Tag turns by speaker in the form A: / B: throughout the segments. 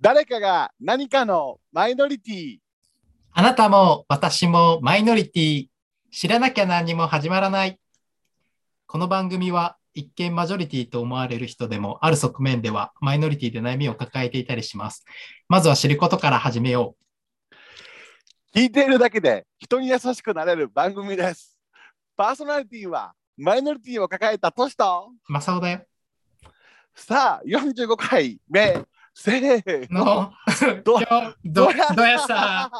A: 誰かが何かのマイノリティ
B: あなたも私もマイノリティ知らなきゃ何も始まらない。この番組は一見マジョリティと思われる人でもある側面ではマイノリティで悩みを抱えていたりします。まずは知ることから始めよ
A: 聞いているだけで人に優しくなれる番組ですパーソナリティはマイノリティを抱えたトシと
B: う。マサオだよ。
A: さあ45回目せー
B: の、
A: ど
B: どどやさ。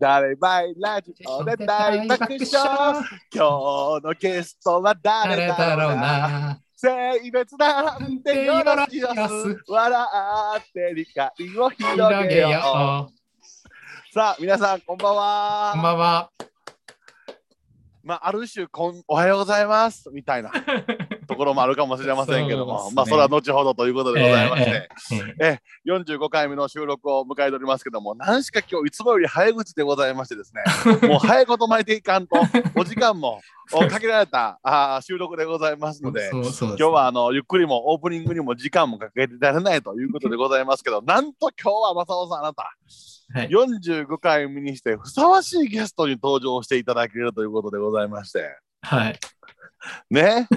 A: 誰ばいラジオで大爆笑今日のゲストは誰
B: 誰
A: だ
B: だ
A: ろ
B: ろ
A: う
B: う
A: な
B: な。
A: 性別なんてよろしよす笑って理解を広
B: 広
A: げ
B: げ
A: よう
B: よう。
A: さあ皆さんこんばんは
B: こんばんは。
A: まあ、ある種こん、おはようございますみ たいなところもあるかもしれませんけども、
B: そうですね
A: まあ、それは後ほどということでございまして、
B: えー
A: 45回目の収録を迎えておりますけども、何しか今日いつもより早口でございましてです ね、もう早いこと巻いていかんと、お時間もおかけられたあー収録でございますので。
B: そうそう
A: 今
B: です
A: 日はあのゆっくりもオープニングにも時間もかけてられないということでございますけど、なんと今日は正雄さんあなた、
B: はい
A: 45回目にしてふさわしいゲストに登場していただけるということでございまして。
B: はい。
A: ね。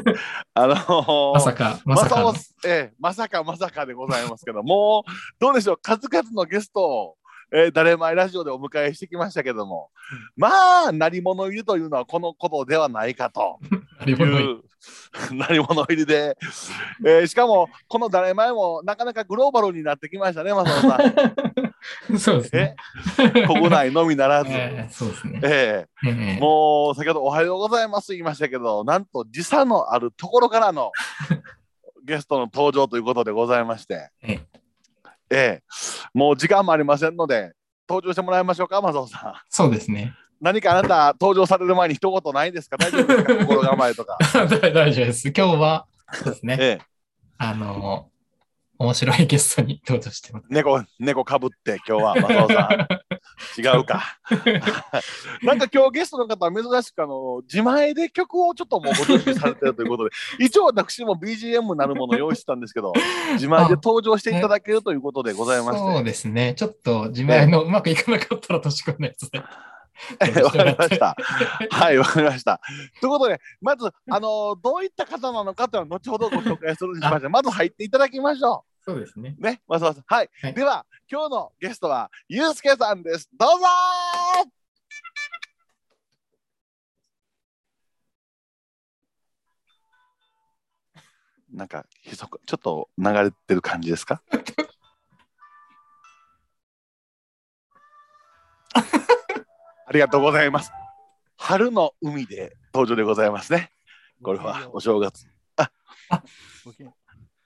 A: あのー
B: まさか、まさか
A: ま
B: の
A: さ。おええまさかまさかでございますけども、どうでしょう、数々のゲストを、えー、誰前ラジオでお迎えしてきましたけども、まあ、鳴り物入りというのはこのことではないかと
B: あり
A: い
B: がとうございます
A: う、鳴り物入りで、えーしかも、この誰前もなかなかグローバルになってきましたね、マサオさん。
B: そうですね。
A: 国内のみならず。
B: えーそうですね。
A: え
B: え
A: え
B: ー
A: もう先ほどおはようございます言いましたけど、なんと時差のあるところから のゲストの登場ということでございまして、
B: え
A: ええもう時間もありませんので、登場してもらいましょうか、マゾさん。
B: そうですね。
A: 何かあなた、登場される前に一言ないですか大丈夫 ですか心構えとか。
B: 大大丈夫です。今日は、そうですね。
A: ええ、
B: あの、面白いゲストに登場してます。
A: 猫、猫かぶって、今日は、マゾさん。違うか。 なんか今日ゲストの方は珍しくあの自前で曲をちょっともうご準備されてるということで、一応私も BGM なるものを用意してたんですけど、自前で登場していただけるということでございま
B: そう
A: し
B: ですね。ちょっと自前のうまくいかなかったら年越えないやつで。
A: て。わかりました。はい、わかりました。ということで、まず、あのどういった方なのかというのは後ほどご紹介するにしまして、まず入っていただきましょ
B: そうですね。
A: う。ね、わざわざ。はい。
B: はい
A: では、今日のゲストは、ゆうすけさんです。どうぞなんかひそかちょっと流れてる感じですかありがとうございます春の海で登場でございますねこれはお正月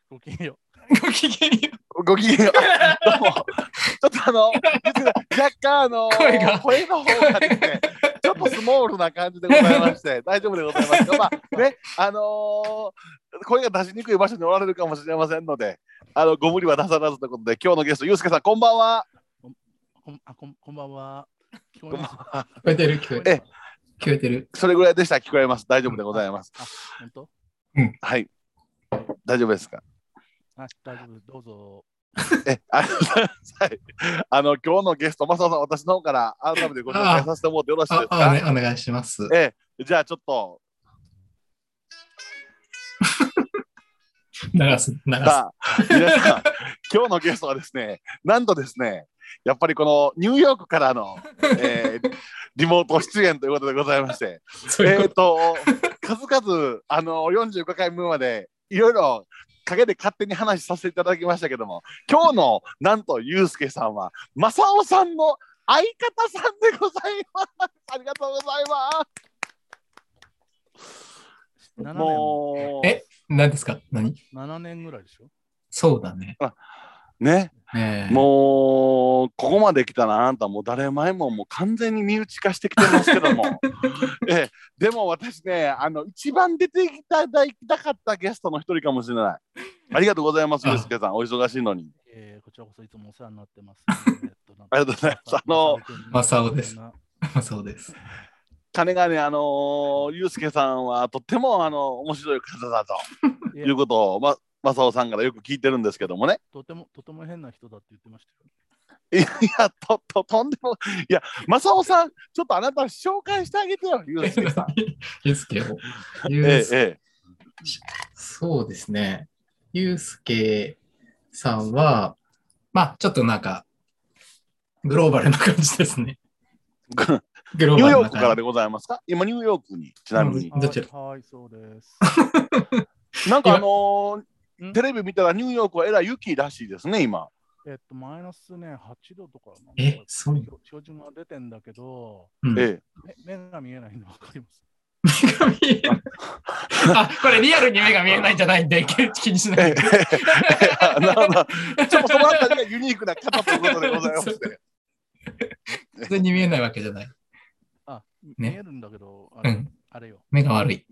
C: ごきげんごきげんよ
B: ご機嫌よ
A: ごきげんようあどうもちょっとあの若干あの
B: 声が
A: 声の方がですねちょっとスモールな感じでございまして、大丈夫でございますが、まあね、あのー声が出しにくい場所におられるかもしれませんので、あのご無理は出さらずということで、今日のゲスト、ゆうすけさん、こんばんは。
C: う。こんあこんこんばんは。聞こえま
B: 聞
C: す。
B: こえてる、聞こえてる。聞こえてる。
A: それぐらいでしたら聞こえます。大丈夫でございます。
C: 本当
A: はい。大丈夫ですか。
C: はい、大丈夫です。どうぞ。
A: え、ありがとうございますはいあの、今日のゲスト、マサオさん、私の方から改めてご紹介させてもらってよろしいで
B: あ
A: す
B: あ、
A: か。
B: ね、お願いします。
A: ええ、じゃあ、ちょっと、
B: 流す、流す。
A: さあ、皆 さん、今日のゲストはですね、なんとですね、やっぱりこのニューヨークから の、えーリモート出演ということでございまして、
B: そういう
A: え
B: こ
A: っと、数々、あの、45回分まで、いろいろ、陰で勝手に話させていただきましたけども、今日の、なんと、ゆうすけさんは、まさおさんの相方さんでございます。ありがとうございます。
C: 7年
A: もう、
B: えと。何ですか何
C: 7年ぐらいでしょ
B: そうだね。
A: ね、
B: えー
A: もうここまで来たらあなたもう誰前ももう完全に身内化してきてますけど もええでも私ねあの一番出ていただきたかったゲストの一人かもしれないありがとうございます
B: あ
A: ゆうすけさんお忙しいのに
C: えー、こちらこそいつもお世話になってます。
A: ありがとうございますあの
B: マサオです
C: あ
B: そうです。
A: 金がねあのーゆうすけさんはとってもあの面白い方だと いうことを、ま、正雄さんからよく聞いてるんですけどもね。
C: とても、とても変な人だって言ってましたよ。
A: いや、と、と、とんでも、いや、正雄さん、ちょっとあなた紹介してあげてよ、ゆうすけさん。
B: ゆうすけを。ゆ
A: え
B: う
A: え、
B: す
A: え
B: そうですね。ゆうすけさんは、まあ、ちょっとなんか、グローバルな感じですね。
A: え。
B: グ
A: ニュー
B: ローバル
A: ヨー
B: な
A: クから
B: 感
A: で
B: じ。
A: ございますか今、ニューヨークに、ちなみに。
B: どちら
C: はいはい、そう です。
A: なんかあのー
C: ん
A: テレビ見たらニューヨークはえらい雪らしいですね、今。
C: えっと、マイナスね、8度とかなんで。
B: えそう
C: 表表示が出てんだけど、
B: うん
A: え
C: め目が見えないの分かります。
B: 目が見えないあ、これリアルに目が見えないんじゃないんで、気気にし
A: え。え
B: な
A: え
B: い。
A: え えなるほど。ちょっとそのあたりがユニークな方ということでございますね。
B: 普通に見えないわけじゃない。
C: あ、
B: ね
C: 見えるんだけど、あ
B: う
C: れ,、
B: ん。
C: あれよ。
B: 目が悪い。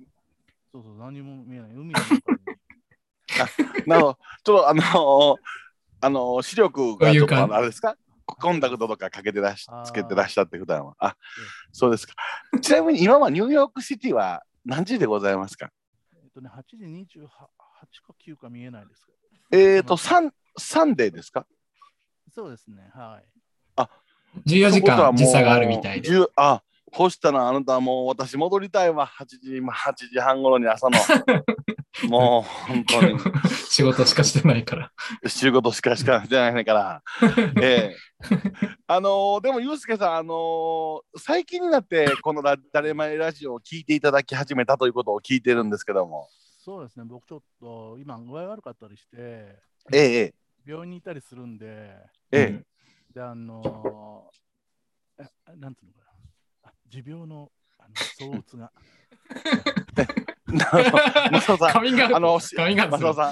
C: そうそう、何も見えない。海の中に
A: なるほど。ちょっとあのーあのー視力がちょっと
B: こういう
A: あ
B: 感じ
A: のあれですかコンタクトとかかけてらし
C: あー
A: つけてらっしゃって普段は。あ、そうですか。ちなみに今はニューヨークシティは何時でございますか
C: えっとね、8時28か9か見えないですけど。
A: えっ、ー、と、サン、サンデーですか
C: そうですね、はい。
B: 14時
A: ってことはも
B: 間
A: う
B: 時差があるみたいで。
A: 10あ、干したらあなたはもう私戻りたいわ。8時、まあ8時半頃に 朝の。もう本当に
B: 仕事しかしてないから。
A: 仕事しかしかしてないねんから。 ええあのーでも、ゆうすけさん、あのー最近になって、このラ「だれまいラジオ」を聞いていただき始めたということを聞いてるんですけども、
C: そうですね、僕ちょっと今、具合悪かったりして、
A: ええ、え
C: 病院にいたりするんで、
A: え、え
B: う
A: え
B: ん
C: で、あのーえなんつうのかな、あ持病のあの相うつが。
A: な るほど松尾さ
B: カミングアウト。
A: あのし
B: カミングアウト
A: 松
B: する
A: 尾さん、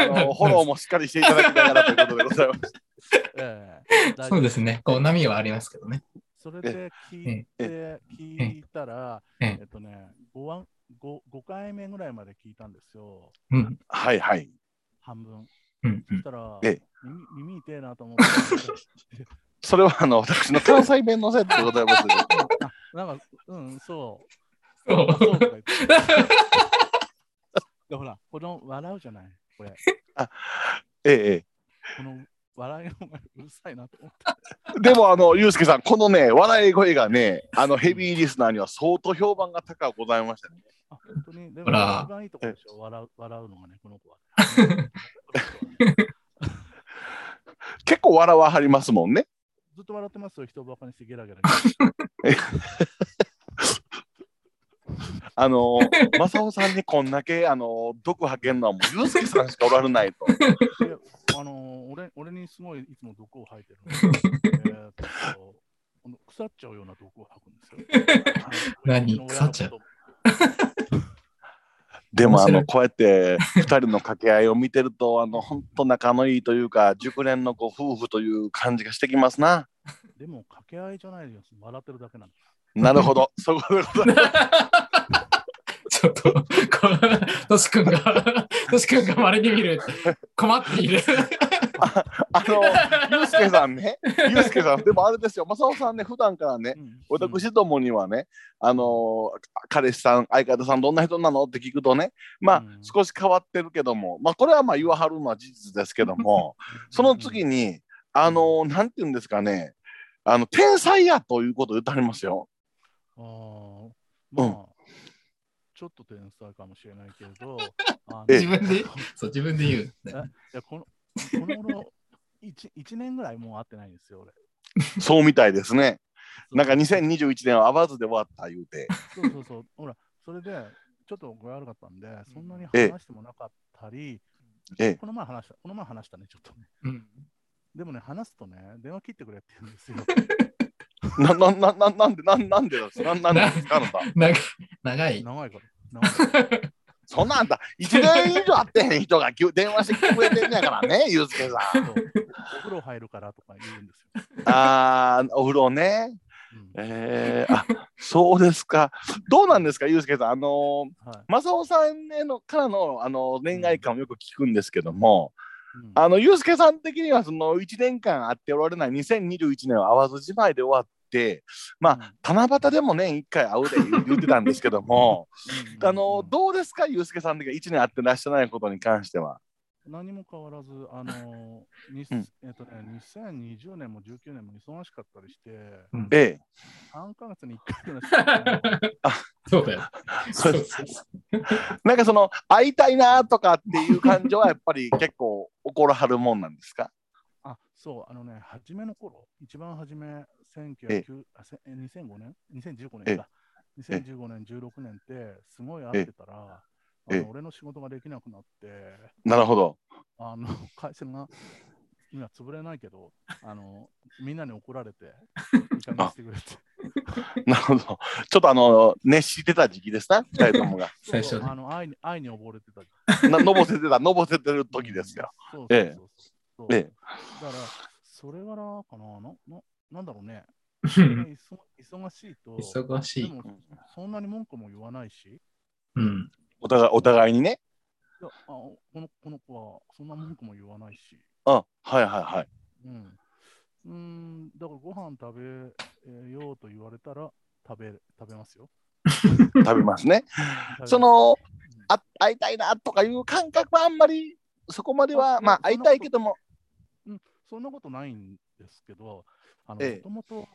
A: あのーフォローもしっかりしていただきながらということでございます。
C: ええ大丈
B: そ
C: 夫
B: うですね。こう波はありますけどね。
C: それで聞いて、聞いたら、
B: ええ
C: えっとね、5, 5, 5回目ぐらいまで聞いたんですよ、
B: うん。
A: はいはい。
C: 半分。
B: うんう
C: そし
B: ん。
C: たら、
A: ええ
C: 耳耳痛えなと思って、
A: それはあの私の関西弁のせいでございます。
C: なんか、うん、そう、
B: そ
C: あそう
B: う
C: とか言って。でほら、この笑うじゃない、これ。
A: ええ、え
C: この笑いの声うるさいなと思って。
A: え。でも、あの、ゆうすけさん、このね、笑い声がね、あのヘビーリスナーには相当評判が高くございましたね。
C: あ、本当に、でも
B: ほら
C: 一番いいとこでしょ、笑う笑うのがね、この子は。
A: 結構笑わはりますもんね。
C: ずっと笑ってますよ、人をバカにしてゲラゲラ。
A: あ のー、正雄さんにこんだけ、あのー、毒吐けんのはもう、ゆうすけさんしかおられない と。
C: いやあのー俺俺にすごいいつも毒を吐いてるのでえーっとこの腐っちゃうような毒を吐く んですよ。
B: 何
C: はい
B: 腐っちゃう
A: でも、あ
B: 面白
A: の、
B: い
A: こうやって、二人の掛け合いを見てると、あの、本当仲のいいというか、熟練のご夫婦という感じがしてきますな。
C: でも掛け合いじゃないです。笑ってるだけなんで
A: なるほ ど、そういうことでございます。
B: ちょっと、こうトシ君が、トシ君がまれに見る、困っている。
A: あのー、ゆうすけさん ね、ゆうすけさん、でもあれですよ、正雄さんね、普段からね
C: す。、うん
A: 私どもにはね、あのー彼氏さん、相方さん、どんな人なのって聞くとね、まあ、
C: うん
A: 少し変わってるけども、まあ、これはまあ言わはるのは事実ですけども、その次
C: うん
A: に、あのーなんて言うんですかね、あの天才やということを言ってはりますよ。
C: あーまあ、ちょっと天才かもしれないけれ ど、あの
A: ええ
B: 自 分で、そう、自分で言う。
C: いやこのこの頃 1, 1年ぐらいもう会ってないんですよ、俺。
A: そうみたいですね。なんか2021年は会わずで終わった言うて。
C: そうそうそう、ほら、それで、ちょっと具合悪かったんで、そんなに
A: ええ
C: 話してもなかったり、
A: ええ
C: この前話した、この前話したね、ちょっとね。
B: うん。
C: でもね、話すとね、電話切ってくれって言うんです よ。
A: な、な、な、ななんで、なんなんでなんですかなんなんですかあなた。
B: 長い、長い。
C: 長いから。長いから
A: そんなんあんた、1年以上会ってへん人が急電話してくれてんねやから ね、ゆうすけさん。
C: そうお風呂入るからとか言うんですよ。
A: あーお風呂ね。
C: うん
A: えー、あそうですか。どうなんですか、ゆうすけさん。あのー、
C: はい
A: 正雄さんへのからの、あの恋愛観をよく聞くんですけども、
C: うん
A: あのゆうすけさん的にはその1年間会っておられない2021年は会わずじまいで終わって、まあ、七夕でも年1回会うで 言う言ってたんですけども、あの
C: うん
A: どうですか、ユうスケさんが1年会ってらっしゃらないことに関しては。
C: 何も変わらず、あのーに
A: うん
C: えっとね、2020年も19年も忙しかったりして、
A: え
C: 3ヶ月に1回ぐらいし か
B: そうだよ。
A: え、
B: そ
A: そうう
B: で
A: ですす。 なんかその、会いたいなとかっていう感情はやっぱり結構怒らはるもんなんですか
C: あ、そう、あのね、初めの頃、一番初め、
A: え
C: 1909あせえ2005年 ?2015
A: ええ
C: 年か。2015年、16年って、すごい会ってたら、あ
A: ええ
C: の俺の仕事ができなくなって、
A: なるほど。
C: あの 会社が今潰れないけど、あのみんなに怒ら れて、いい加減してくれて。
A: なるほど。ちょっとあの、熱してた時期ですな、二人ともが。
B: 最初ね
C: そうあの愛に愛に溺れてた時
A: なのぼせてた、のぼせてる時ですよ。。
C: そうそうそうそう
A: ええ
C: だから、それはなかな、なななんだろうね。忙忙しいと、
B: 忙し
C: で
B: い。
C: もそんなに文句も言わないし、い
B: うん。
A: お互い、お互いにね。
C: やあこのこの子はそんな文句も言わないし、
A: あ、はいはいはい。
C: うん。うーん、だからご飯食べようと言われたら食べ食べます よ。
A: 食べますね。その、あ、会いたいなとかいう感覚はあんまり、そこまでは、
C: あ
A: まあ、
C: そんなこと
A: 会いたいけども。
C: そんなことないんですけど、あの、
A: え
C: も
A: え
C: ともと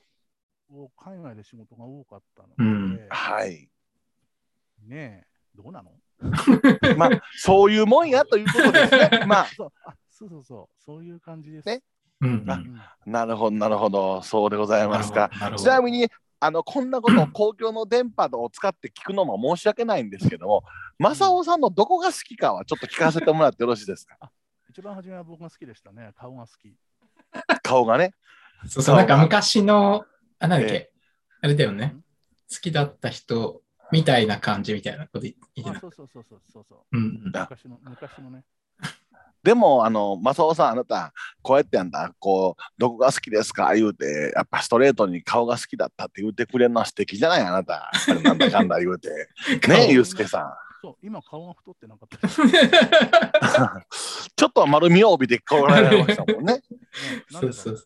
C: こう海外で仕事が多かったので、
B: うん
A: はい。
C: ねえ、どうなの
A: まあ、そういうもんやということです ね。まあ、
C: そうあそうそうそう、そういう感じです。
A: ね
B: うん。
C: う
A: あ
C: ん
A: なるほど、なるほど。そうでございますか。
B: なるほど。
A: ちなみに、あの、こんなことを公共の電波を使って聞くのも申し訳ないんですけども、正雄さんのどこが好きかはちょっと聞かせてもらってよろしいですか。
C: 一番初めは僕が好きでしたね、顔が好き。
A: 顔がね。
B: そうそう、なんか昔の、あ、なんだっ
A: え
B: け、あれだよね。好きだった人みたいな感じみたいなこと言って
C: あ
B: た。
C: そうそうそうそうそうそう。
B: うん。
A: あ
C: 昔の昔のね。
A: でも、あの、正雄さん、あなた、こうやってやんだ、こう、どこが好きですか言うて、やっぱストレートに顔が好きだったって言うてくれるのは素敵じゃない、あなた。やっぱりなんだかんだ言う て。ねえ、ゆうすけさん。
C: そう、今顔が太ってなかったです、
A: ちょっとは丸みを帯びてこられましたもんね。
C: ねな
B: そ
C: んでだろ
B: うそう。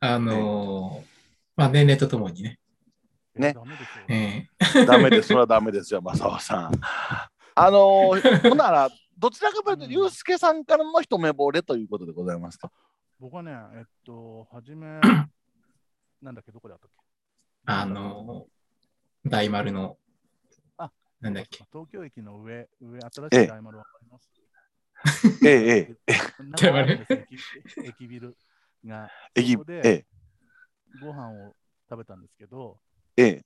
B: あのー、まあ年齢とともにね。
C: いやダメですよ。
B: え
A: ダメです、それはダメですよ、正雄さん。あのー、ほんなら、どちらかというと、
C: うん
A: ゆうすけさんからの一目惚れということでございますか。
C: 僕はね、えっと、初 め、なんだっけ、どこであったっけ
B: あのー、大丸の
C: あ、
B: なんだっ け。
C: 東京駅の上、上、新
A: え
C: し
A: え
C: い大丸わかります
A: ええ、ええ、
C: なんかあるんですよ駅駅ビルが、
A: 駅
C: そこで
A: ええ、
C: ご飯を食べたんですけど、
A: ええ、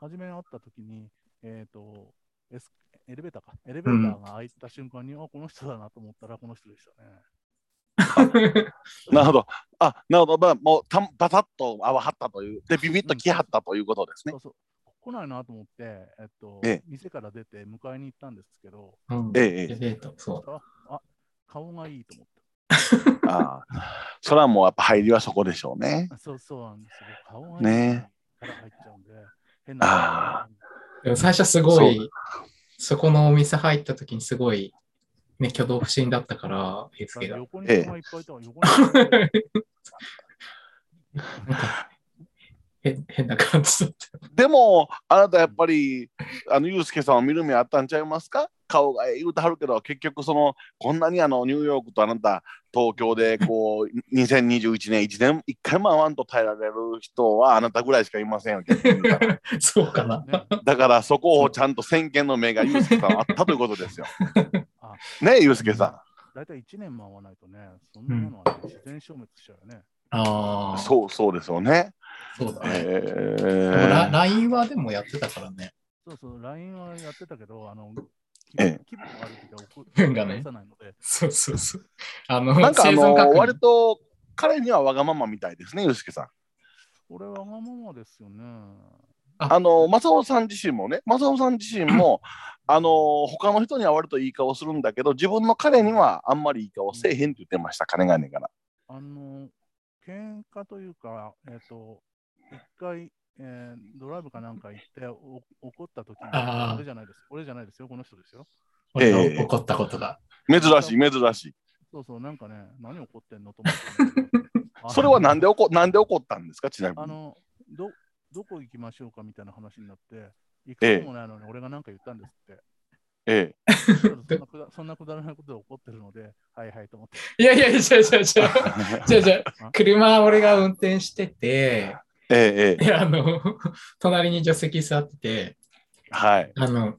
C: 初めに会った時に、えっ、と、エスエレベーターか、エレベーターが開いた瞬間に、あ、この人だなと思ったら、この人でしたね。
A: なるほど。あ、なるほど、まあ、もう、たん、ばたっと泡はったという、で、ビビッと来はったということですね
C: そ。うそう来ないなと思って、えっと、
A: ええ
C: 店から出て迎えに行ったんですけど、
B: うん
A: ええ、え
B: エレ
A: え、
B: ベーターそう。
C: あ、あ顔がいいと思って。
A: ああ、それはもう、やっぱ入りはそこでしょうね。
C: あ そうそうなんですよ。顔がいい
A: ね
C: から入っちゃうんで、変な。
A: あ
B: でも最初すご
A: そ
B: い、そこのお店入った時にすごい、ね、挙動不審だったから、いいですけど。
C: 横に人がいっぱいいたわ、横に人 がいっぱいい
B: なんかへ変な感じだった。
A: でも、あなた、やっぱり、あの、ゆうすけさんを見る目あったんちゃいますか。顔がええ言うてはるけど、結局、その、こんなに、あの、ニューヨークとあなた。東京で、こう、2021年、1年、1回も会わんと耐えられる人は、あなたぐらいしかいませんよ。 結局
B: そうかな。
C: たね
A: だからそこをちゃんと先見の目がユうスケさんはあったということですよ
C: あ。
A: ねえ、ユうスケさ
C: 大体1年も会わないとね、そんなのはね、自然消滅しちゃうよね。
B: あ
A: ん。
B: あ、そう
A: そうそうですよね。
B: そうだ
A: え
B: ね。でもラ
A: ー、
B: LINE はでもやってたからね。
C: そうそう、LINE はやってたけど、あの、気
A: ええ
C: 分気分が悪い時は送
B: 文がね
C: 返さないので、
B: そうそうそう。あの、
A: なんかあ
B: 生存
A: の
B: 確認
A: 割と彼にはわがままみたいですね、ユうスケさん。
C: 俺はわがままですよね。
A: あの正雄さん自身もね、正雄さん自身も、 あの他の人には割といい顔するんだけど、自分の彼にはあんまりいい顔せえへんって言ってました、金がねえから。
C: あの、喧嘩というか、えっ、と、一回、えードライブかなんか行ってお怒った時に
B: あー
C: 俺じゃないです。俺じゃないですよ、この人ですよ。
B: 俺が
A: ええ
B: 怒ったことが。
A: 珍しい、珍しい。
C: そうそう、なんかね、何怒ってんのと思って。
A: それはなんで怒なんで怒ったんですか、ちなみ
C: あ
A: に。
C: のど、どこ行きましょうかみたいな話になって、行くこともないのに俺が何か言ったんですって。
A: え
C: そんなくだ そんなくだらないことで怒ってるので、はいはいと思って。
B: いやいやいや、違う違う違う。
A: え。
B: 違う違う。 車、俺が運転してて、
A: ええ、ええ。
B: で、あの、 隣に助手席座ってて、
A: はい。
B: あの、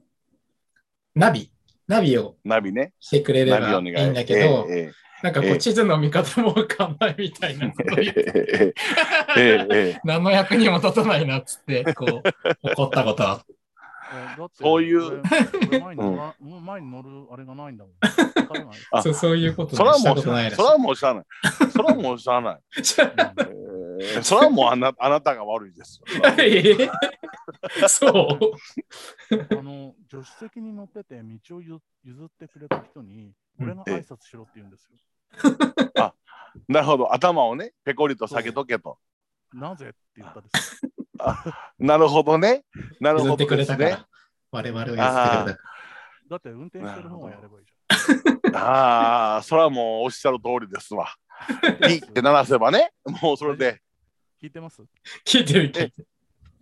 B: ナビ、ナビを
A: ナビね。
B: してくれれ
A: ナビ
B: ば
A: お願い。
B: いいんだけど、
A: え
B: なんかこ
A: え
B: う
A: え
B: 地図の見方もわかんないみたいなこ と
A: え、
B: 言
A: ええ、
B: って、
A: ええ、ええ、ええ。
B: 何の役にも立たないなっつっ て、こう、怒ったことは。
C: えだって
A: そういう
C: 俺俺前に乗らもう前に乗るあれがないんだもん。わか らない
A: あ
B: そう そういうこと
A: それはも
B: した
A: う
B: こ
A: し
B: と
A: ゃ
B: な
A: ないい。
B: ら
A: そ
B: し
A: れはもうしゃあない。それはもうしゃあ ない。ええそれはもうあなあなたが悪いですよ。
B: い。え そう
C: うんあの助手席に乗ってて道をゆ譲ってくれた人に
B: うん
C: 俺が挨拶しろって言うんですよ。
A: なるほど。頭をね、ペコリと下げとけと。
C: なぜって言ったん ですよ。
A: なるほどね。なる
B: 譲
A: ほ
B: ってく
A: どで
B: れた
A: す
B: か
A: ね。
B: ら。我々を譲ってくれたか
C: だって運転してる方がやればいいじ
A: ああ、それはもうおっしゃる通りですわ。
C: ゃん。
A: いいって鳴らせばね、もうそれ で。
C: 聞いてます
B: ら。聞いてる聞いてる。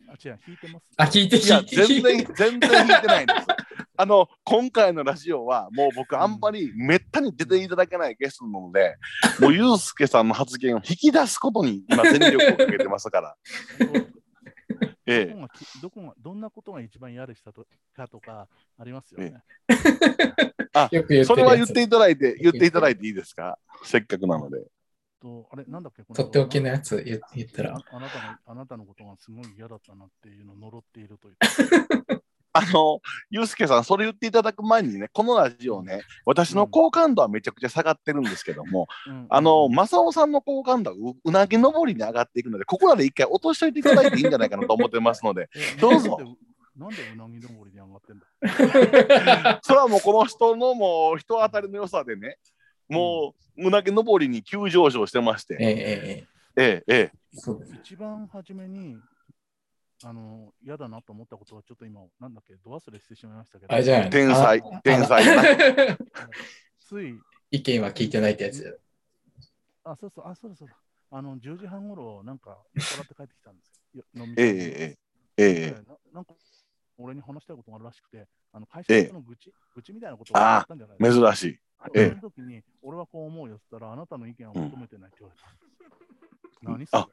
C: あ、違う、聞いてます。
B: あ、聞いて
A: いや、
B: 聞いて聞
A: 全
B: いて
A: 然、。全然弾いてないんです。あの、今回のラジオは、もう僕、あんまりめったに出ていただけないゲストなので、もう、ゆうすけさんの発言を引き出すことに、今、全力をかけてますから。
C: ど
A: え
C: こがきどこが、どんなことが一番嫌でしたとかとかありますよね。
B: よく言
A: え。
B: って
A: そ
B: る
A: れは言
B: や
A: っ
B: つ
A: て。いただいて、言っていただいていいですかせっかくなので。
C: とあれ、なんだっけこの
B: とっておきのやつ言言った ら
C: あ。あなたの。あなたのことがすごい嫌だったなっていうのを呪っているという。そ
A: あの、ゆうすけさん、それ言っていただく前にね、このラジオね、私の好感度はめちゃくちゃ下がってるんですけども、
C: うん
A: あの、正雄さんの好感度はううなぎ登りに上がっていくので、ここらで一回落としといていただいていいんじゃないかなと思ってます ので、
C: え
A: どうぞ
C: なんでなんでうなぎ登りに上がってんだ
A: それはもうこの人のもう人当たりの良さでね、もううなぎ登りに急上昇してまし
B: ええ
A: て、
B: えええ
A: ええ、ええ、
B: え。そうです。
C: 一番初めに、あの、嫌だなと思ったことはちょっと今、なんだっけ、ど忘れしてしまいましたけど。
B: あれじゃないの
A: 天才
B: あ
A: 天才
B: あ
C: つい、
B: 意見は聞いてないってやつ。
C: あ、そうそう、あ、そうだそうだ。あの、10時半ごろ、なんか、酔っ払って帰ってきたんですよ。よ飲み
A: ええ、
C: 会に
A: ええ、ええ、
C: ななんか、俺に話したいことがあるらしくて、あの会社の人の愚痴、愚痴みたいなことを
A: ああ
C: 言ったんじゃないですか。
A: 珍しい。ええ
C: その時に、俺はこう思うよって言ったら、あなたの意見を求めてないって言われた。何それ
A: あ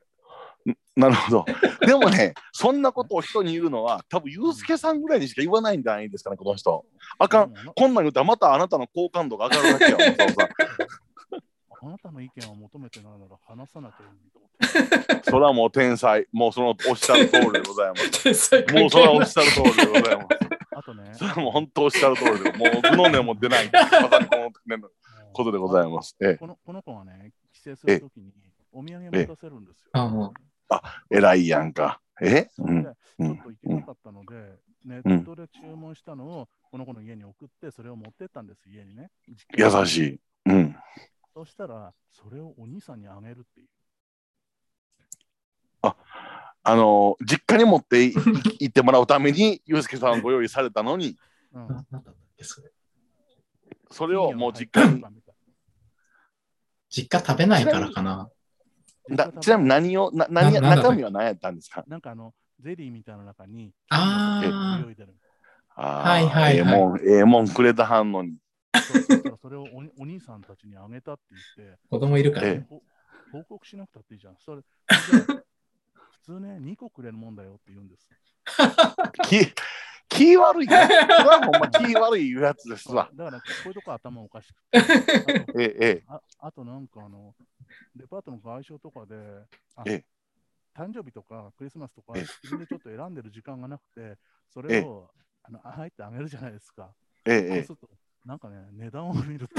A: なるほど。でもね、そんなことを人に言うのは、多分ゆうすけさんぐらいにしか言わないんじゃないですかね、この人。あかん。
C: んあ
A: こんなん言うたらまたあなたの好感度が上が るだけや、正雄さん。
C: なたの意見を求めてないなら話さなきゃいいのにと思って。
A: それはもう天才。もうそのおっしゃる通りでございま す。
B: 天才
A: もう
B: 関
A: それは
B: 係
A: お
B: な
A: っ
B: い
A: しゃる通りでございます。
C: あとね、
A: それはもう本当おっしゃる通りで、もうのねも出ない。まさにこのねのことでございます。え
C: このこの子がね、帰省するときにお土産持たせるんですよ。
B: あ、も
A: え、偉いやんか。え
C: そ
A: うん
C: れで、
A: う
C: ちょっ
A: ん
C: と行けなかったので、ネットで注文したのを、この子の家に送って、それを持ってったんです、家にね。
A: 優しい。うん。
C: そしたら、それをお兄さんにあげるっていう。
A: あのー実家に持ってい い行ってもらうために、ゆうすけさんご用意されたのに、
B: う。
C: う、
B: なんなんだったっけそれ
A: それをもう実家に。
B: 実家食べないからかな。
A: だちなみに何を、な何や
B: ななんだ
A: 中身は何やったんですか
C: なんかあの、ゼリーみたいな中に、
B: あー
C: 泳いでる。
A: あー
B: はいはいはい
A: ええもん、ええもんくれたはんのに。
C: そうそうそうそれをおにお 兄さんたちにあげたって言って、
B: 子供いるから
A: え
B: ね。
C: ほ報告しなくたっていいじゃん。それそれで普通ね、2個くれるもんだよって言うんです。
A: 気、気悪いね。それはほんま気悪いやつです
C: だ
A: わ
C: か。ら、こういうとこ頭おかしくて。
A: ええ、え
C: ああとなんかあの、デパートの外商とかで、あ
A: ええ
C: 誕生日とかクリスマスとか、
A: ええ
C: 自分でちょっと選んでる時間がなくて、そ
A: え
C: れ
A: え
C: を、あの、あえてあげるじゃないですか。
A: え、ええ、え
C: そう
A: え
C: す。ると、なんかね、値段を見ると、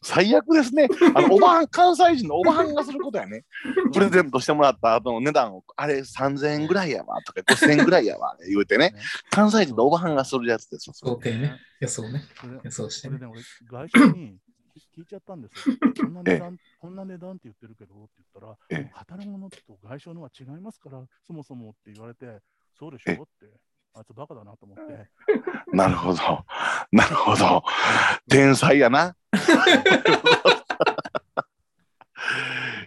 A: 最悪ですね。あの、おばはん、関西人のおばはんがする ことやね。プレゼントしてもらった後の値段を、あれ3000円ぐらいやわとか5000円ぐらいやわ言うてね、関西人のおばはんがするやつですよ。それ
B: 想定ね。予想ね。
C: それ
B: 予想して
C: それ
B: ね。
C: で俺、外商に聞いちゃったんですよ。こんな値段、こんな値段って言ってるけどって言っ
A: え
C: た
A: え
C: ら、働くものと外商のは違いますから、そもそもって言われて、そうでしょって、あいつバカだなと思って。
A: なるほど。なるほど。天才やな。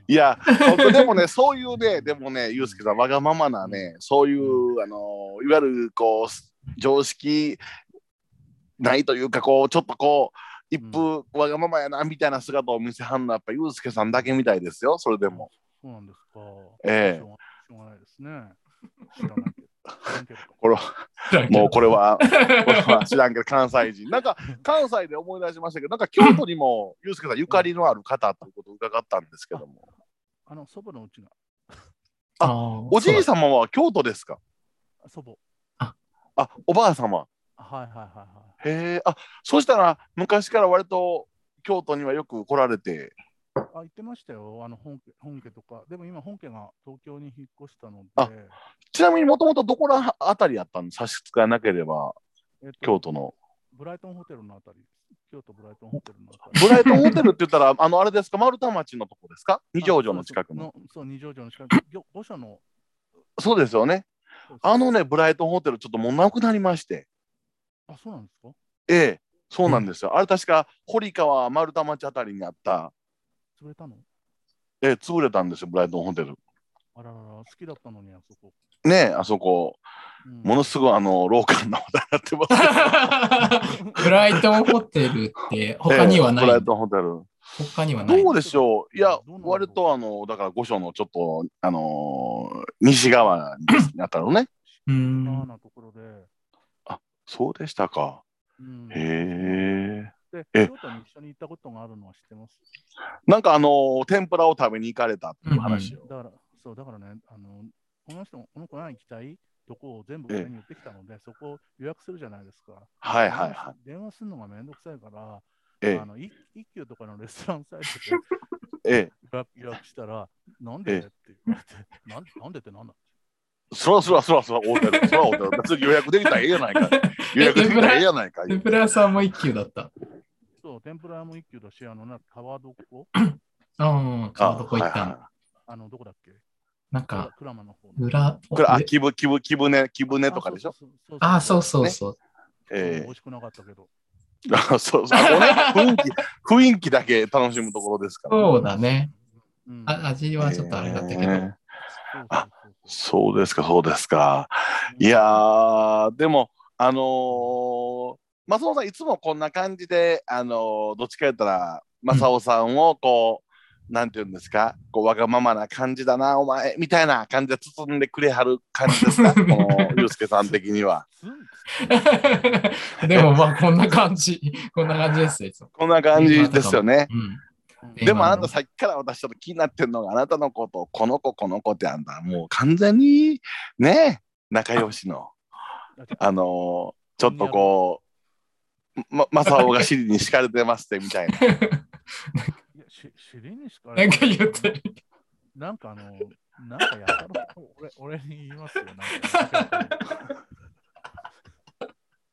A: いや、本当でもね、そういうね、でもね、ゆうすけさん、わがままなね、そういう、あの、いわゆる、こう、常識ないというか、こう、ちょっとこう、一風、わがままやな、みたいな姿を見せはんのは、やっぱ、ゆうすけさんだけみたいですよ、それでも。
C: そうなんですか。
A: ええ
C: しょうがしょうがないですね。知らないけど知らんけど。
A: これは、も うこれは、
B: れ
A: これ は知らんけど、関西人。なんか、関西で思い出しましたけど、なんか、京都にも、ゆうすけさん、ゆかりのある方ということを伺ったんですけども。
C: あの、祖母のうちが、
A: おじい様は京都ですか
C: あ祖母。
A: あ、おばあ様。
C: はいはいはいはい。
A: へえ、あ、そうしたら昔から割と京都にはよく来られて、
C: あ、行ってましたよ。あの本家、本家とか。でも今、本家が東京に引っ越したので、
A: あちなみにもともとどこらあたりやったの差し支えなければ、
C: えっと
A: 京都の。
C: ブライトンホテルのあたりです。京都ブライトンホテルのあたり。
A: ブライトンホテルって言ったら、あ の、あれですか、丸太町のとこですか二条城の近くの。
C: あ。そうそうそう、二条城の近く。ぎょ御所の。
A: そうですよね。あの
C: ね。
A: ね、ブライトンホテルちょっともうなくなりまして。
C: あ、そうなんですか
A: ええ、そうなんですよ。あれ確か、堀川丸太町あたりにあった、
C: 潰れたの
A: ええ、潰れたんですよ、ブライトンホテル。
C: あららら、好きだったのに、あそこ。
A: ねえ、あそこ、
C: うん
A: ものすごいあの、ローカルな話題になってますけど。
B: ブライトンホテルって 他にはな
A: ええブラ
B: い
A: イ。トンホテル。
B: 他にはない
A: ど。うでしょういや
C: どうなんだ、ろう
A: 割とあの、だから御所のちょっと、あのー西側にですねあったのね。
B: う
C: そん
B: ん
C: な。なところで。
A: そうでしたか。
C: うん
A: へえ。
C: で、
A: え
C: 京都に一緒に行ったことがあるのは知ってます。
A: なんかあのー天ぷらを食べに行かれたっていう話を。
C: だから、そう、だからね、あの、この人、この子が行きたいとこを全部俺に言ってきたので、そこを予約するじゃないですか。
A: はいはいはい。
C: 電話するのがめんどくさいから、
A: え
C: あのい一級とかのレストランサイトで
A: え、え
C: 予約予約したら、なん
A: ええ
C: でって言われて、 なんなんでってなんだ
A: え、そらそらそらそら、大 手だ。そら大手だ。別に予約できたらええやない か。予約できたらええやないか。
B: 天ぷら屋さんも一級だった。
C: そう、天ぷら屋も一級だし、あの、な川床
B: うん。
A: あ
B: 川どこ行ったの
A: は
C: あの、どこだっけ
B: なんか、
C: クラマの方の。
B: 裏。
A: いはいこれ、あ、木ぶ、木ぶ、木舟、木舟とかでしょ
C: あ。そうそ
B: あ、そうそ
C: うそうう。
B: うそう。
A: え
C: 美味しくなかったけど。
A: え。あ そうそう。あこれね雰囲気、雰囲気だけ楽しむところですから。
B: そうだね。
C: うん
B: あ味はちょっとあれだったけど。
A: ええ
C: そうそうそうそ
A: そうですか、そうですか。
C: う
A: いやー、でも、あのー、松尾さん、いつもこんな感じで、あのーどっちか言ったら、正雄さんをこう、なんて言うんですか、こうわがままな感じだな、お前、みたいな感じで包んでくれはる感じですか、このゆうすけさん的には。
C: つ ん
B: でもまあこんな感じ、こんな感じですよいつも。
A: こんな感じですよね。
B: うん。
C: うん
B: え
A: でも
B: 今の
A: あなたさっきから私ちょっと気になってるのがあなたのことをこの子この子ってあんたもう完全にね仲良しのあのーちょっとこう、ま、マサオが尻に敷かれてますってみたい な。
C: いや、し知りにしか
B: なんか言ってる。
C: なんかあの、なんかやったら、俺俺に言いますよ。なんか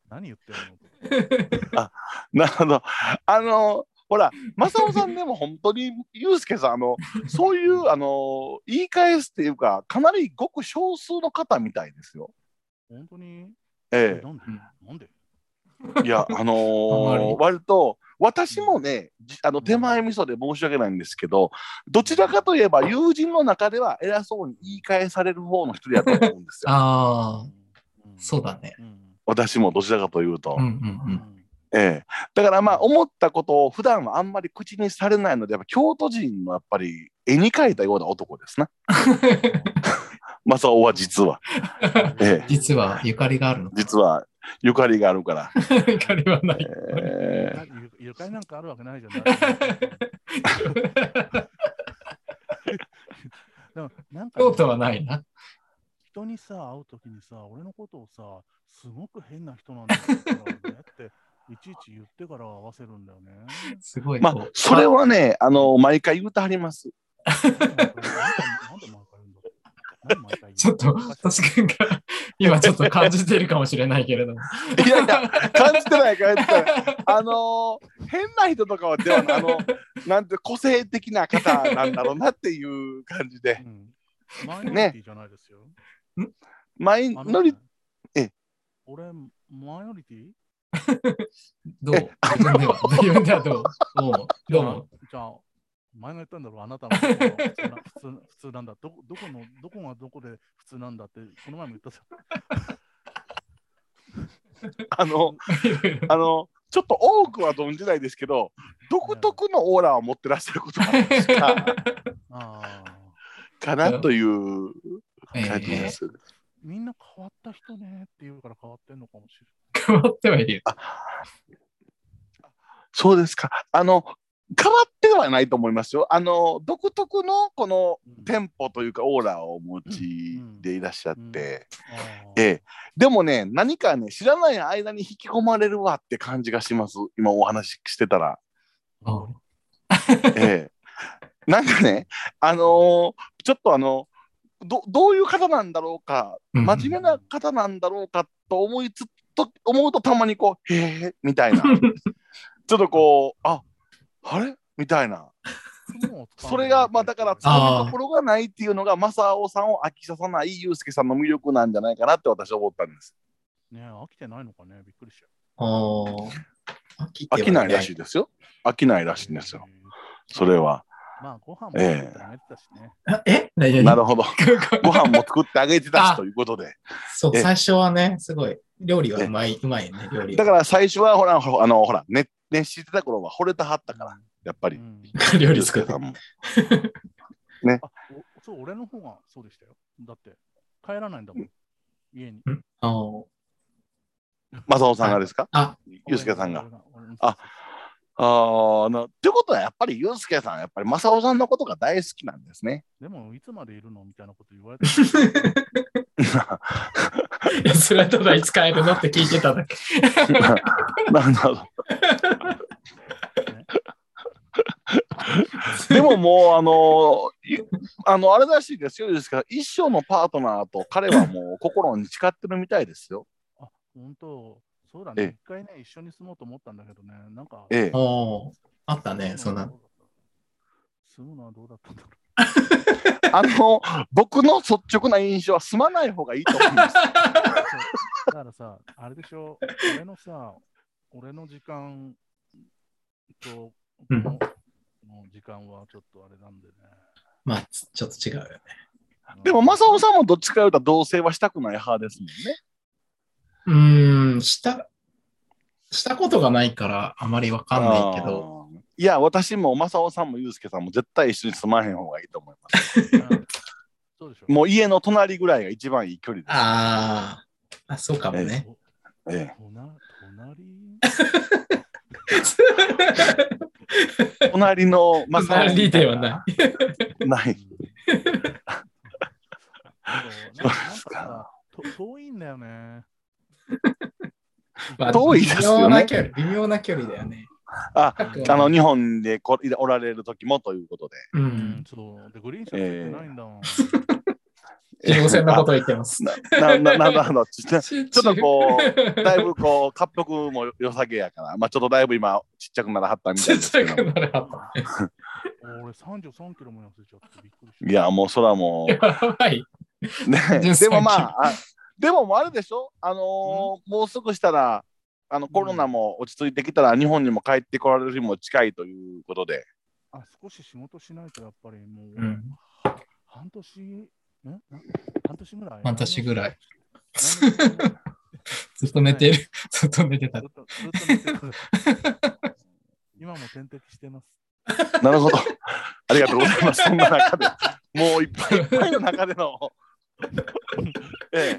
C: 何言ってるの
A: なるほど。あのーほら、マサオさんでも本当に、ユうスケさん、あの、そういう、あのー言い返すっていうか、かなりごく少数の方みたいですよ。
C: 本当に
A: え
C: なんでなんで
A: えいや、あのー
B: あんまり
A: 割と、私もね、じあの手前味噌で申し訳ないんですけど、どちらかといえば友人の中では偉そうに言い返される方の一人だと思うんですよ。
B: ああ、
C: うんうん
B: そうだね。
C: うん
A: 私もどちらかというと。
B: うんう
C: うんん
A: ええ、だからまあ思ったことを普段はあんまり口にされないのでやっぱ京都人のやっぱり絵に描いたような男です な。マサオは実は
B: うん。
A: ええ
B: 実はゆかりがある の。
A: 実はゆかりがあるから。
B: ゆかりはない。
A: ええ
C: ゆゆかりなんかあるわけないじゃん。でもなんか ね
B: 京都はないな。
C: 人にさ、会うときにさ、俺のことをさ、すごく変な人なんだよ ねって、いちいち言ってから合わせるんだよね。
B: すごいこ
A: ま
B: う。
A: あそれはねあの毎回言うてはり ます。
C: なんで毎回なんで毎回言うんだろうなんで毎回言う
B: ちょっと、確かに今ちょっと感じているかもしれないけれども。
A: いやいや感じてない感じてない。あのー変な人とかはではあのなんて個性的な方なんだろうなっていう感じで
C: うんマイノリティじゃないですよ。
A: マイ
C: あ
A: ノリええ
C: 俺、マイノリティ
B: どう自分では、自分ではどうどうも。どうも。
C: じゃあ、前が言ったんだろう、あなたのことは普通な普通普通なんだどこ。どこの、どこがどこで普通なんだって、この前も言ったじ
A: あの、あの、ちょっと多くは存じないですけど、独特のオーラを持ってらっしゃることなんです か
C: ゃん。ああ。
A: かなという感じで
B: ええ
A: す。
C: みんな変わった人ねって言うから変わってんのかもしれ
B: 変わってはいるよ。
A: そうですか。あの、変わってはないと思いますよ。あの、独特のこの
C: ない。
A: テンポというかオーラをお持ちでいらっしゃって、
C: うんうんあー
A: ええ。でもね、何かね、知らない間に引き込まれるわって感じがします。今お話ししてたら。
B: あ
A: ええ。 なんかね、あのーちょっとあの、どどういう方なんだろうか、
B: うん
A: 真面目な方なんだろうかと思いつと思うとたまにこう、へえ、みたい な。ちょっとこう、あ、あれみたいな。
C: 雲を掴んでる
A: それが、まあだから、つ
B: あ
A: かみどころがないっていうのが、正雄さんを飽きささないユうスケさんの魅力なんじゃないかなって私は思ったんです。
C: ねえ飽きてないのかね、びっくりしちゃう。
B: おー
A: 飽きないらしい
B: い。
A: ですよ。飽きないらしいんですよ。
C: え
A: それは。
C: ー。まあ、ご飯も食
A: ええ
C: べてあげてたしね。
B: あえ何々
A: なるほど。 ご飯も作ってあげてた
B: あ
A: しということで。
B: そう、
A: ええ
B: 最初はね、すごい、料理はうまい、うまいね、料理
A: だ
B: は。
A: から最初はほら、ほあのほら、熱、熱してた頃は惚れたはったから、やっぱり
C: う。ん
B: ら、 料理作って
A: た。も。
C: あおそう、俺の方がそうでしたよ。だって、帰らないんだもん。家に。
B: あー
A: 正雄さんがですか
B: あ、
A: ユうスケさんが
C: 俺。。俺の
A: ああーあの、ってことはやっぱりユうスケさん、やっぱり正雄さんのことが大好きなんです ね。
C: でも、いつまでいるのみたいなこと言われ て。
B: いやそれはただいつ帰るのって聞いてただけ。
A: なるほど。 でももう、あのいあの、あれらしいですよ、ユうスケさん。一生のパートナーと彼はもう心に誓ってるみたいですよ。
C: あ、本当。そうだ
A: え
C: ね
A: え。
C: 一回ね、一緒に住もうと思ったんだけどね。なんか。
A: ええ。
B: おーあったね、そんな。。
C: 住むのはどうだったんだろう。
A: あの、僕の率直な印象は、すまない方がいいと思います。
C: そうだか らさ、あれでしょ、俺のさ、俺の時間と、こ
B: うん
C: の時間はちょっとあれなんでね。
B: まあ、ちちょっと違うよね。
A: でも、正雄さんもどっちかいうと同棲はしたくない派ですもんね。
B: うーん、した、したことがないから、あまりわかんないけど。
A: あー。いや、私も正雄さんもユうスケさんも絶対一緒に住まへん方がいいと思います。
C: うんそうでしょ。
A: もう家の隣ぐらいが一番いい距離です。
B: あーあ、そうかもね。
C: お
A: え
C: とな隣
A: え、隣の
B: ま
A: 正雄
B: 理ではない。
A: い。ない。
C: そうなんかさ、と遠いんだよね。
B: まあ
A: 遠いですよね
B: 微妙な距離、微妙な距離だよね。
A: あ
B: 近くは
A: あの、日本でこおられる時もということで。
B: う
C: うんん、。そう。で、グリーン車ついてないんだ もん。
B: 中央線のことを言って ます。
A: な、な、な、な、な、ちょっ
B: ちょっ
A: とこ う、だいぶこう、滑幅も良さげやから、まあちょっとだいぶ今、ちっちゃくならはったみた
B: ち
A: い
B: っ
A: です
B: ちゃ
A: けど
B: く。なるはず
C: 俺33キロも痩せちゃってびっくりした。
A: いや、もうそらもう、
B: やばい。
A: ね、
B: 13
A: でもまああ、でももうあれでしょ、あのーもうすぐしたら、あのコロナも落ち着いてきたら、日本にも帰ってこられる日も近いということで、
C: あ、少し仕事しないとやっぱりもう、
B: うん
C: 半年、んな半年ぐらい
B: 半年ぐらい。
C: 何もしてない
B: ずっと寝てる。ずっと寝てた
C: ずっ。とずっと寝てる 今も点滴してます。
A: なるほ ど、ありがとうございます、そんな中で、もういっぱいいっぱいの中で の。ええ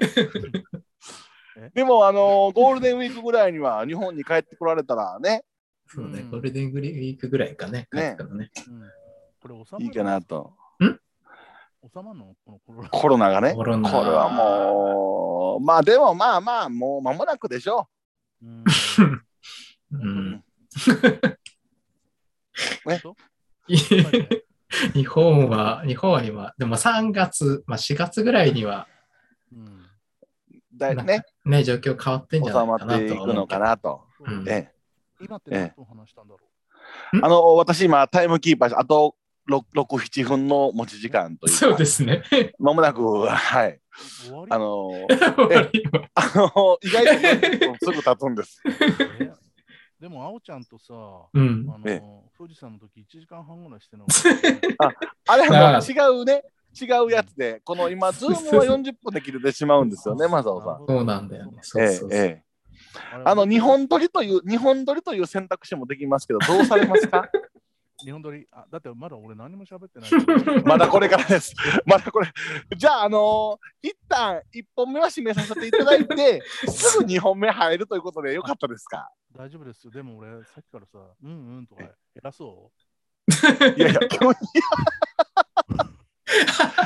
C: え、
A: でも、あのーゴールデンウィークぐらいには日本に帰ってこられたらね、
B: そうね、
C: うん
B: ゴールデンウィークぐらいかね。帰ってくるね。
C: うん、これ収まる
A: いいかなと、
C: 収まるのこのコロナ。
A: コロナがね、
B: コ
A: こ
B: ロ
A: れ
B: ナ
A: はもう、まあでもまあまあ、もう間もなくでしょう。
C: うん
B: うん。
A: ね
C: 本当やっぱりね
B: 日本は、日本は今、でも3月、まあ4月ぐらいには
C: うん
A: だい
B: なんか
A: ね、
B: ね、状況変わってんじ
A: 収
B: ゃない
A: ま
B: かな
A: ってい
B: と
A: く
B: は思
A: の
B: うけ
A: か
B: ど。
A: なと。
B: うん
A: ええ
C: 今って何と話したんだろ
B: ん
A: あの私今タイムキーパーですあと6、7分の持ち時間というか
B: そうです ね。
A: まもなく、はい、
C: う終わり
A: あ の
B: 終わりは
A: あの意外と40分すぐ経つんです。
C: えでも、あおちゃんとさ、
B: う
C: あ
B: ん。
C: の
A: ええ
C: 二当事者の時1時間半ぐらいしてな
A: あれ
B: あ
A: は
B: あ
A: 違うね、違うやつで、この今、ズームは40分で切れてしまうんですよね、マサオさん。
B: そうなんだよね。そう
A: え
B: そう
A: え
B: そう。
A: ええ、あの日本撮りという、日本撮りという選択肢もできますけど、どうされますか
C: 日本撮りあ、だってまだ俺何も喋ってな い。
A: まだこれからです。まだこれ。じゃあ、あのー一旦1本目は締めさせていただい て、すぐ2本目入るということでよかったですか
C: 大丈夫ですよ。でも俺、さっきからさ、うんうんとか偉そ
A: い やいや、 急に。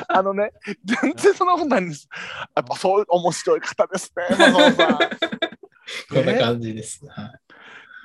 A: あのね、全然そんなことないんです。やっぱそういう面白い方ですね、マサオ さん。
B: こんな感じです。はい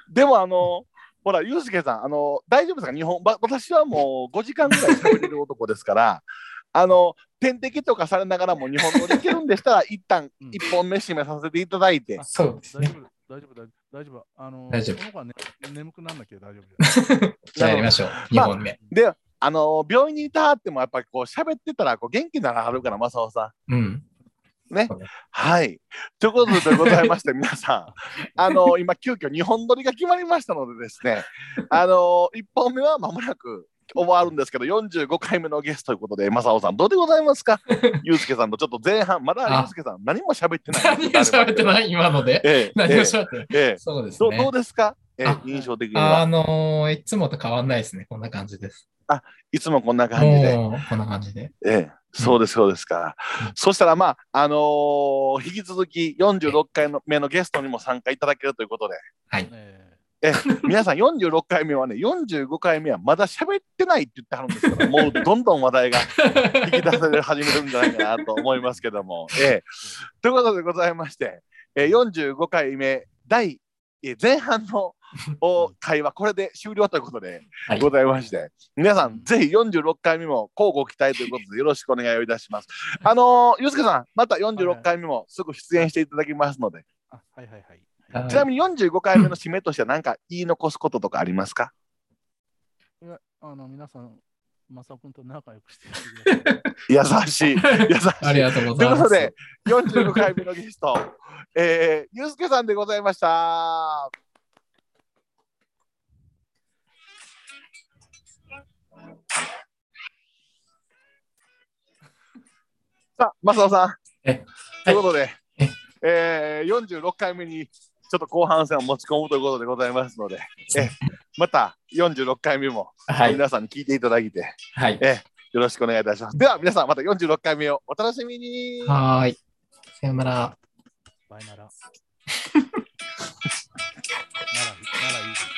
A: でもあの、ほら、ユうスケさん、あの、大丈夫ですか日本、ば私はもう5時間ぐらい喋れる男ですから、 あの、点滴とかされながらも日本語でいけるんで したら、一旦
C: うん
A: 一本目締めさせていただいて、
B: そうです
C: う。大
B: ね。
C: 丈夫、大丈夫、大丈夫。大丈夫あの、
B: 大丈夫
C: その子はね、眠くなんなきゃ大丈夫
B: じゃあやりましょう。2本目。
A: で、あの、病院にいたっても、やっぱりこう、喋ってたら、こう、元気にならはるから、正雄さん。
B: うん。
A: はい。ということでございまして、皆さん、あの、今、急遽日本撮りが決まりましたのでですね、あの、1本目は間もなく終わるんですけど、45回目のゲストということで、正雄さん、どうでございますかゆうすけさんとちょっと前半、まだ
B: あ
A: ゆうすけさん、何も喋ってない。
B: 何を喋ってない今ので。
A: ええ
B: 何を
A: え
B: 喋ってない
A: えええ
B: そうです
A: どうど
B: ね
A: う。ですか、ええ
B: あ
A: 印象的に
B: あ
A: は。
B: のーいつもと変わんないですね。こんな感じです。
A: いつもこんな感じで。
B: もうこんな感 じで。
A: ええ、そうです、そうですか。そしたら、まあ、あのー引き続き46回の目のゲストにも参加いただけるということで、
B: はい。
C: ね。
A: 皆さん46回目はね45回目はまだ喋ってないって言ってはるんですからもうどんどん話題が引き出され始めるんじゃないかなと思いますけども。ええ、ということでございまして、えー45回目第、えー前半のお会話これで終了ということで
B: はい
A: ございまして、皆さんぜひ46回目も乞うご期待ということでよろしくお願いをいたします。あのー、ゆうすけさんまた46回目もすぐ出演していただきますので、
C: あ、はいはいはい。
B: はい
A: ちなみに45回目の締めとしては何か言い残すこととかありますか
C: いや、あの、皆さん、マサオ君と仲良くしてやってください。
A: 優 しい。優しい。
B: ありがとうご
A: とい
B: ざい
A: こ
B: うま
A: と
B: す。
A: で、45回目のゲスト、えー、ゆうすけさんでございました。さあ、マサオさん。
B: え
A: ということで
B: え、
A: えー、46回目にちょっと後半戦を持ち込むということでございますので、えまた46回目も
B: はい。
A: 皆さんに聞いていただいて、
B: はい。
A: よろしくお願いいたします。では皆さんまた46回目をお楽しみに。
B: はーい。さよなら。
C: バイなら。なら、ならいいです。